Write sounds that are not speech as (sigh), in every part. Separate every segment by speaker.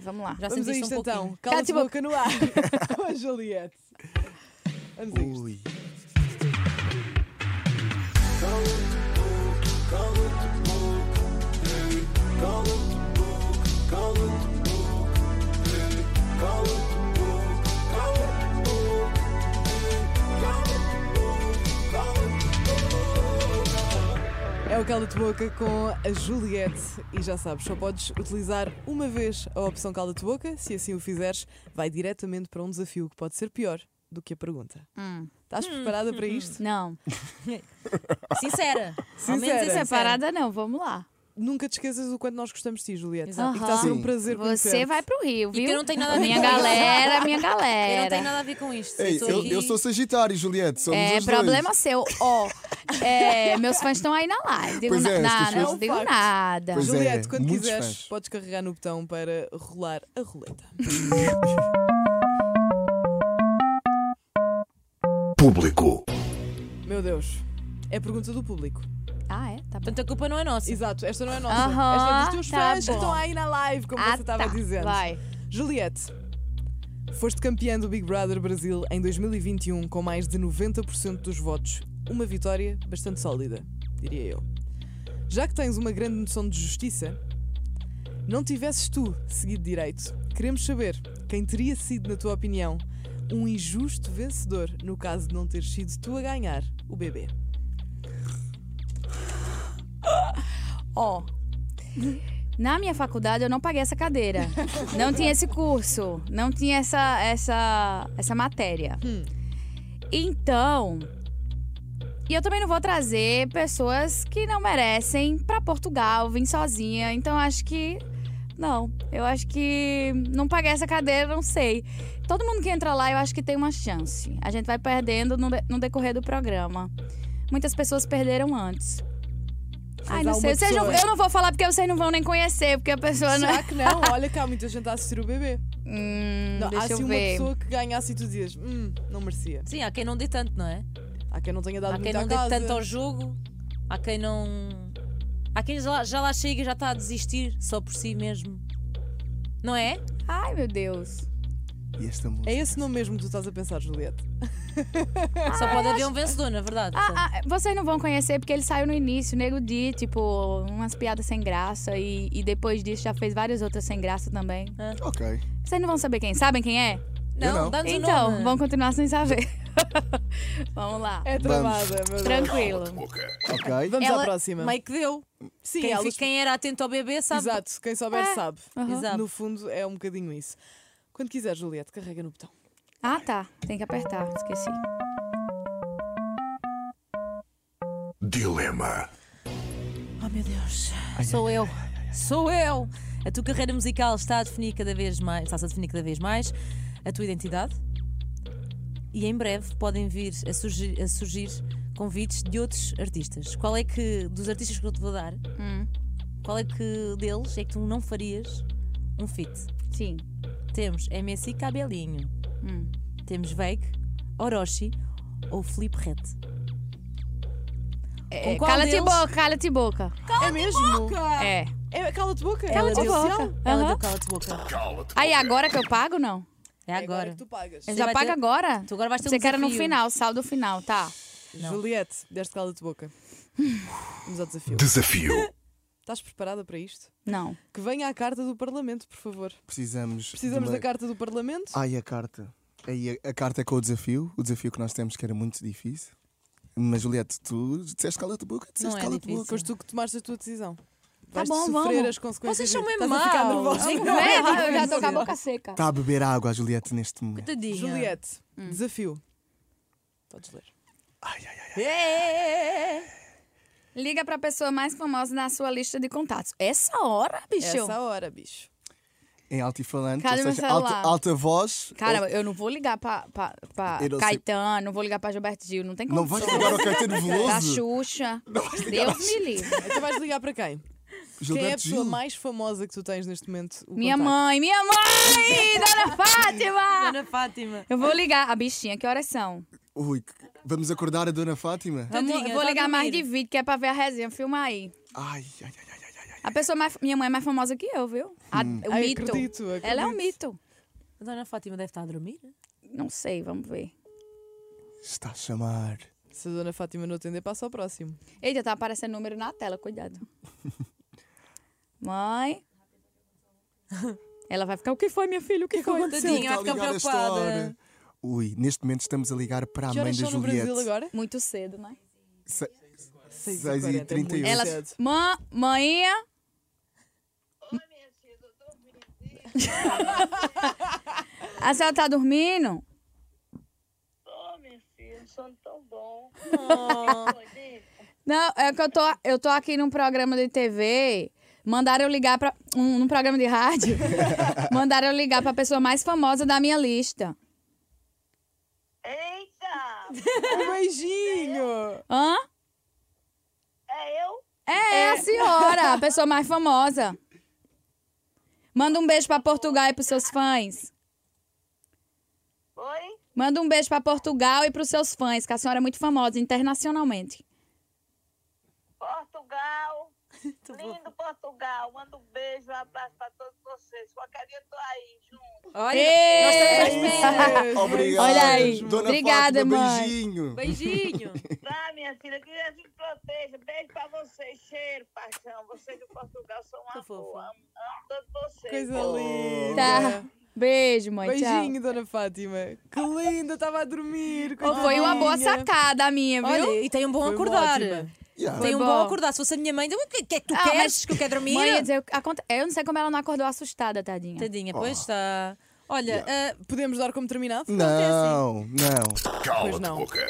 Speaker 1: Vamos lá. Tá, tipo,
Speaker 2: Já
Speaker 3: Vamos a
Speaker 2: sentiste
Speaker 3: isto
Speaker 2: um pouquinho.
Speaker 3: então.
Speaker 1: Cala-te
Speaker 3: Cala-te
Speaker 1: a
Speaker 3: boca (laughs) no ar. Com a Juliette. Vamos a isto.
Speaker 4: Ui.
Speaker 3: É o Cala de Boca com a Juliette. E já sabes, só podes utilizar uma vez a opção Cala de Boca. Se assim o fizeres, vai diretamente para um desafio que pode ser pior do que a pergunta.
Speaker 1: Hum.
Speaker 3: Estás preparada (laughs) para isto?
Speaker 1: Não,
Speaker 2: Sincera. Ao menos
Speaker 3: Sincera.
Speaker 2: é sincera.
Speaker 1: separada não, vamos lá.
Speaker 3: Nunca te esqueças o quanto nós gostamos de ti, Juliette.
Speaker 2: Exato.
Speaker 3: E que está a ser um
Speaker 4: Sim.
Speaker 3: prazer
Speaker 1: Você
Speaker 3: conhecer-te.
Speaker 1: vai pro Rio, viu?
Speaker 2: E que eu não tenho nada a ver
Speaker 1: Minha
Speaker 2: com isto.
Speaker 1: galera,
Speaker 2: (laughs)
Speaker 1: minha
Speaker 2: Eu não
Speaker 1: galera.
Speaker 2: tenho nada a ver com isto.
Speaker 4: Ei,
Speaker 2: estou
Speaker 4: eu,
Speaker 2: aqui-
Speaker 4: eu sou Sagitário, Juliette. Somos
Speaker 1: É
Speaker 4: os dois.
Speaker 1: problema seu. Ó, é, meus fãs estão aí na live. Digo
Speaker 4: Pois é,
Speaker 1: na- não,
Speaker 4: estas
Speaker 1: não
Speaker 3: pessoas-
Speaker 1: digo
Speaker 3: É um facto.
Speaker 1: nada.
Speaker 4: Pois
Speaker 3: Juliette,
Speaker 4: é,
Speaker 3: quando
Speaker 4: muitos
Speaker 3: quiseres,
Speaker 4: fãs.
Speaker 3: podes carregar no botão para rolar a roleta.
Speaker 5: Público.
Speaker 3: Meu Deus. É pergunta do público.
Speaker 1: Ah,
Speaker 3: Então,
Speaker 1: é? Tá bom.
Speaker 2: Portanto, a culpa não é nossa.
Speaker 3: Exato, esta não é nossa.
Speaker 1: Aham,
Speaker 3: esta é dos teus
Speaker 1: tá
Speaker 3: fãs que
Speaker 1: bom.
Speaker 3: estão aí na live, como
Speaker 1: Ah,
Speaker 3: você estava
Speaker 1: tá.
Speaker 3: dizendo.
Speaker 1: Vai.
Speaker 3: Juliette, foste campeã do Big Brother Brasil em 2021 com mais de 90% dos votos. Uma vitória bastante sólida, diria eu. Já que tens uma grande noção de justiça, não tivesses tu seguido direito. Queremos saber quem teria sido, na tua opinião, um injusto vencedor no caso de não ter sido tu a ganhar o bebê.
Speaker 1: Ó. Na minha faculdade eu não paguei essa cadeira.
Speaker 3: (laughs)
Speaker 1: Não tinha esse curso, não tinha essa essa essa matéria.
Speaker 3: Hum.
Speaker 1: Então, e eu também não vou trazer pessoas que não merecem pra Portugal, vim sozinha. Então acho que não, eu acho que não paguei essa cadeira, não sei. Todo mundo que entra lá, eu acho que tem uma chance. A gente vai perdendo no, de- no decorrer do programa. Muitas pessoas perderam antes. Ai,
Speaker 3: há
Speaker 1: não
Speaker 3: uma
Speaker 1: sei. Vocês não-
Speaker 3: pessoa-
Speaker 1: eu não vou falar porque vocês não vão nem conhecer, porque a pessoa não. é-
Speaker 3: Será que não? Olha que há muita gente a assistir o bebê.
Speaker 1: Hum,
Speaker 3: Não, há
Speaker 1: deixa
Speaker 3: assim
Speaker 1: eu
Speaker 3: uma
Speaker 1: ver.
Speaker 3: pessoa que ganhasse e tu dizias, hum, não merecia.
Speaker 2: Sim, há quem não dê tanto, não é?
Speaker 3: Há quem não tenha dado
Speaker 2: Há quem
Speaker 3: muito à
Speaker 2: não dê
Speaker 3: casa.
Speaker 2: tanto ao jogo, há quem não. Há quem já lá, já lá chega e já está a desistir só por si mesmo. Não é?
Speaker 1: Ai, meu Deus.
Speaker 4: E esta música?
Speaker 3: É esse nome mesmo que tu estás a pensar, Juliette.
Speaker 2: Só pode haver um vencedor, na verdade. portanto.
Speaker 1: Ah, ah, vocês não vão conhecer porque ele saiu no início, Nego Di, tipo, umas piadas sem graça. E, e depois disso já fez várias outras sem graça também.
Speaker 4: Ok.
Speaker 1: Vocês não vão saber quem? Sabem quem é?
Speaker 2: não,
Speaker 4: não.
Speaker 2: dá-nos o
Speaker 1: Então,
Speaker 2: nome. é.
Speaker 1: vão continuar sem saber. (laughs) Vamos lá.
Speaker 3: É tramada, meu Deus.
Speaker 1: Tranquilo.
Speaker 4: Ok.
Speaker 3: Vamos
Speaker 2: Ela-
Speaker 3: à próxima.
Speaker 2: Meio que deu.
Speaker 3: Sim,
Speaker 2: Quem,
Speaker 3: ela
Speaker 2: fi- quem era atento ao bebê sabe. Ah,
Speaker 3: Exato, quem souber sabe.
Speaker 1: Aham.
Speaker 2: Exato.
Speaker 3: No fundo, é um bocadinho isso. Quando quiser, Juliette, carrega no botão.
Speaker 1: Ah, tá. Tem que apertar. Esqueci.
Speaker 5: Dilema.
Speaker 2: Oh meu Deus, sou eu, sou eu. A tua carreira musical está a definir cada vez mais, está a definir cada vez mais a tua identidade. E em breve podem vir a surgir, a surgir convites de outros artistas. Qual é que dos artistas que eu te vou dar?
Speaker 1: Hum.
Speaker 2: Qual é que deles é que tu não farias um feat?
Speaker 1: Sim.
Speaker 2: Temos MC Cabelinho,
Speaker 1: Hum.
Speaker 2: temos Veig, Orochi ou Felipe Ret.
Speaker 1: É,
Speaker 2: qual
Speaker 1: cala-te
Speaker 2: deles?
Speaker 1: boca, cala-te boca.
Speaker 3: é mesmo?
Speaker 1: É.
Speaker 3: É, cala-te boca.
Speaker 1: Cala-te
Speaker 3: é oficial.
Speaker 1: boca.
Speaker 2: Ela
Speaker 1: Aham.
Speaker 2: deu cala-te boca.
Speaker 1: Aí, agora que eu pago, não?
Speaker 2: É
Speaker 3: É agora
Speaker 2: agora.
Speaker 3: que tu pagas.
Speaker 2: Sim.
Speaker 1: Já
Speaker 2: vai
Speaker 1: paga
Speaker 2: ter-
Speaker 1: agora?
Speaker 2: Tu agora vais ter um
Speaker 1: Você quer era no
Speaker 2: desafio.
Speaker 1: final, saldo final, tá.
Speaker 3: Juliette, deste cala-te boca. Vamos ao desafio.
Speaker 5: Desafio.
Speaker 3: Estás preparada para isto?
Speaker 1: Não.
Speaker 3: Que venha a carta do Parlamento, por favor.
Speaker 4: Precisamos.
Speaker 3: Precisamos
Speaker 4: de uma-
Speaker 3: da carta do Parlamento?
Speaker 4: Ai, a carta. Aí a, a carta é com o desafio, o desafio que nós temos que era muito difícil. Mas Juliette, tu disseste cala de boca, disseste
Speaker 2: Não é
Speaker 4: cala de
Speaker 2: difícil.
Speaker 4: boca.
Speaker 3: Foste tu que tomaste a tua decisão. Vais
Speaker 1: Tá bom,
Speaker 3: sofrer
Speaker 1: vamos.
Speaker 3: as consequências.
Speaker 2: Vocês são
Speaker 3: disso.
Speaker 2: mesmo
Speaker 3: Estás a ficar
Speaker 2: maus.
Speaker 3: nervosa.
Speaker 2: Sim,
Speaker 1: Não, é, eu já tô com a boca seca.
Speaker 4: Está a beber água a Juliette neste momento.
Speaker 2: Coitadinha.
Speaker 3: Juliette,
Speaker 1: Hum.
Speaker 3: desafio. Podes ler.
Speaker 1: Liga pra pessoa mais famosa na sua lista de contatos. Essa hora, bicho.
Speaker 3: É Essa hora, bicho.
Speaker 4: Em altifalante,
Speaker 1: Cadê
Speaker 4: ou
Speaker 1: meu
Speaker 4: seja, alta,
Speaker 1: celular?
Speaker 4: alta voz.
Speaker 1: Cara, eu não vou ligar pra, pra, pra
Speaker 4: Eu não sei.
Speaker 1: Caetano, não vou ligar pra Gilberto Gil, não tem como.
Speaker 4: Não vais
Speaker 1: (laughs)
Speaker 4: ligar ao Caetano
Speaker 1: Pra
Speaker 4: Veloso.
Speaker 1: Xuxa. Deus me livre.
Speaker 3: Então vais ligar para quem? Quem é a
Speaker 4: Gilberto
Speaker 3: pessoa
Speaker 4: Gil.
Speaker 3: mais famosa que tu tens neste momento? o
Speaker 1: Minha
Speaker 3: contacto?
Speaker 1: mãe, minha mãe! (laughs) Dona Fátima!
Speaker 2: Ana Fátima.
Speaker 1: Eu vou ligar. A bichinha, que horas são?
Speaker 4: Ui, que- vamos acordar a Dona Fátima?
Speaker 1: Vamos,
Speaker 2: Tadinha,
Speaker 1: vou
Speaker 2: tá a
Speaker 1: ligar mais de
Speaker 2: dormir.
Speaker 1: 20, que é pra ver a resenha. Filma aí.
Speaker 4: Ai, ai, ai, ai, ai, ai, ai.
Speaker 1: A pessoa mais. Minha mãe é mais famosa que eu, viu? A-
Speaker 4: Hum.
Speaker 1: o
Speaker 3: Ai,
Speaker 1: mito.
Speaker 3: acredito,
Speaker 1: Ela é um
Speaker 3: acredito.
Speaker 1: mito.
Speaker 2: A dona Fátima deve estar a dormir. né?
Speaker 1: Não sei, vamos ver.
Speaker 4: Está a chamar.
Speaker 3: Se a dona Fátima não atender, passa ao próximo.
Speaker 1: Eita, tá aparecendo número na tela, (laughs) cuidado. Mãe. Ela vai ficar, o que foi, minha filha? O que, foi?
Speaker 2: Tadinha, vai
Speaker 4: Está a
Speaker 2: ficar
Speaker 4: ligar a esta
Speaker 2: preocupada.
Speaker 4: hora. Ui, neste momento estamos a ligar para a
Speaker 3: Que
Speaker 4: mãe
Speaker 3: horas
Speaker 4: da
Speaker 3: são no Brasil
Speaker 4: Juliette.
Speaker 1: (laughs)
Speaker 3: agora?
Speaker 1: Muito cedo, né?
Speaker 4: Se-
Speaker 3: 6h40, é muito
Speaker 4: 6h38.
Speaker 1: Ela.
Speaker 3: cedo.
Speaker 1: Mã, mãinha. (laughs) A senhora tá dormindo?
Speaker 5: Tô, minha filha, um sono tão bom.
Speaker 1: Não, é que eu tô, eu tô aqui num programa de TV. Mandaram eu ligar pra. Um, num programa de (laughs) rádio. mandaram eu ligar pra pessoa mais famosa da minha lista.
Speaker 5: Eita!
Speaker 3: Um beijinho!
Speaker 1: Hã?
Speaker 5: É eu?
Speaker 1: É, a senhora, a pessoa mais famosa. Manda um beijo pra Portugal e pros seus fãs.
Speaker 5: Oi?
Speaker 1: Manda um beijo pra Portugal e pros seus fãs, que a senhora é muito famosa internacionalmente.
Speaker 5: Portugal! Lindo Portugal! Manda um beijo, um abraço pra todos vocês. Qualquer dia eu tô aí, junto.
Speaker 2: Olha,
Speaker 1: Ei!
Speaker 2: nós estamos à espera.
Speaker 3: Beijo.
Speaker 4: Obrigado.
Speaker 1: Olha aí.
Speaker 4: Dona
Speaker 1: Obrigada,
Speaker 4: Fátima,
Speaker 1: mãe.
Speaker 4: Beijinho.
Speaker 2: Beijinho.
Speaker 5: Tá, minha filha, que Deus te proteja. Beijo pra vocês, cheiro, paixão. Vocês de Portugal são uma
Speaker 2: Que fofa.
Speaker 5: boa. Amo, amo todos vocês.
Speaker 3: Coisa
Speaker 5: Beijo.
Speaker 3: linda!
Speaker 1: Tá. Beijo, mãe.
Speaker 3: Beijinho, dona Fátima. Que linda, estava a dormir.
Speaker 1: Tchau. Oh, Foi uma boa sacada a minha, viu?
Speaker 2: (laughs) Olha, e tem um bom
Speaker 3: Foi uma
Speaker 2: acordar.
Speaker 3: ótima.
Speaker 4: Yeah.
Speaker 2: Tem um
Speaker 1: Foi
Speaker 2: bom.
Speaker 1: bom.
Speaker 2: acordar. Se fosse a minha mãe, o que, que é que tu
Speaker 1: Ah,
Speaker 2: queres?
Speaker 1: mas-
Speaker 2: Que eu quero dormir?
Speaker 1: Mãe, eu, ia dizer, eu- aconte- é, eu não sei como ela não acordou assustada, tadinha.
Speaker 2: Tadinha, pois está. Olha, ah,
Speaker 3: Podemos dar como terminado?
Speaker 4: Não, não.
Speaker 3: Pois não. Porquê?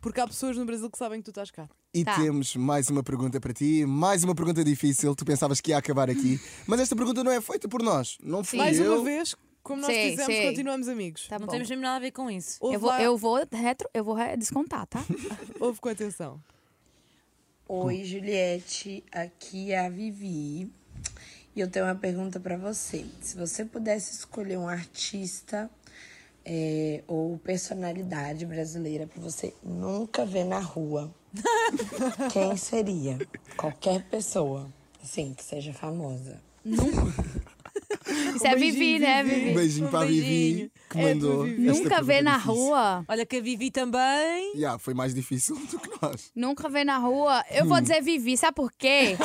Speaker 3: Porque há pessoas no Brasil que sabem que tu estás cá.
Speaker 4: E
Speaker 1: Tá.
Speaker 4: temos mais uma pergunta para ti, mais uma pergunta difícil. Tu pensavas que ia acabar aqui, mas esta pergunta não é feita por nós. Não fui
Speaker 3: Mais
Speaker 4: eu.
Speaker 3: uma vez, como nós
Speaker 1: Sim,
Speaker 3: fizemos,
Speaker 1: sim.
Speaker 3: continuamos amigos.
Speaker 1: Tá
Speaker 2: não
Speaker 1: bom.
Speaker 2: temos mesmo nada a ver com isso.
Speaker 3: Ouve,
Speaker 1: Eu vou,
Speaker 3: lá-
Speaker 1: eu vou retro, eu vou re- descontar, (laughs) tá?
Speaker 3: ouve com atenção.
Speaker 6: Oi, Juliette, aqui é a Vivi. E eu tenho uma pergunta para você. Se você pudesse escolher um artista eh, ou personalidade brasileira para você nunca ver na rua, quem seria? Qualquer pessoa, assim, que seja famosa.
Speaker 1: Isso é Vivi, né,
Speaker 4: Um
Speaker 1: Vivi?
Speaker 4: beijinho
Speaker 3: Um
Speaker 4: para a Vivi
Speaker 3: beijinho.
Speaker 4: que
Speaker 3: É
Speaker 4: mandou.
Speaker 3: para a Vivi.
Speaker 4: esta
Speaker 1: Nunca vê
Speaker 4: pergunta
Speaker 1: na
Speaker 4: difícil.
Speaker 1: rua.
Speaker 2: Olha que a Vivi também.
Speaker 4: Yeah, foi mais difícil do que nós.
Speaker 1: Nunca vê na rua. Eu
Speaker 3: Hum.
Speaker 1: vou dizer Vivi, sabe por
Speaker 3: (laughs)
Speaker 1: quê?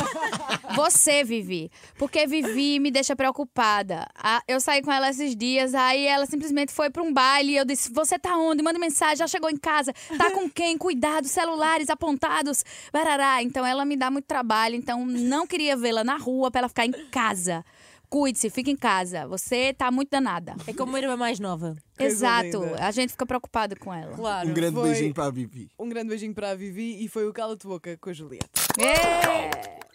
Speaker 1: Você, Vivi. Porque Vivi me deixa preocupada. Ah, Eu saí com ela esses dias, aí ela simplesmente foi pra um baile e eu disse: Você tá onde? Manda mensagem, já chegou em casa, tá
Speaker 3: (laughs)
Speaker 1: com quem? Cuidado, celulares apontados. Barará. Então ela me dá muito trabalho, então não queria vê-la na rua pra ela ficar em casa. Cuide-se, fica em casa. Você tá muito danada.
Speaker 2: É como uma irmã mais nova.
Speaker 3: Coisa
Speaker 1: Exato.
Speaker 3: linda.
Speaker 1: A gente fica preocupado com ela.
Speaker 2: Claro.
Speaker 4: um grande
Speaker 3: foi-
Speaker 4: beijinho para a Vivi.
Speaker 3: Um grande beijinho para a Vivi e foi o Cala-te-Boca com a Juliette.
Speaker 1: É.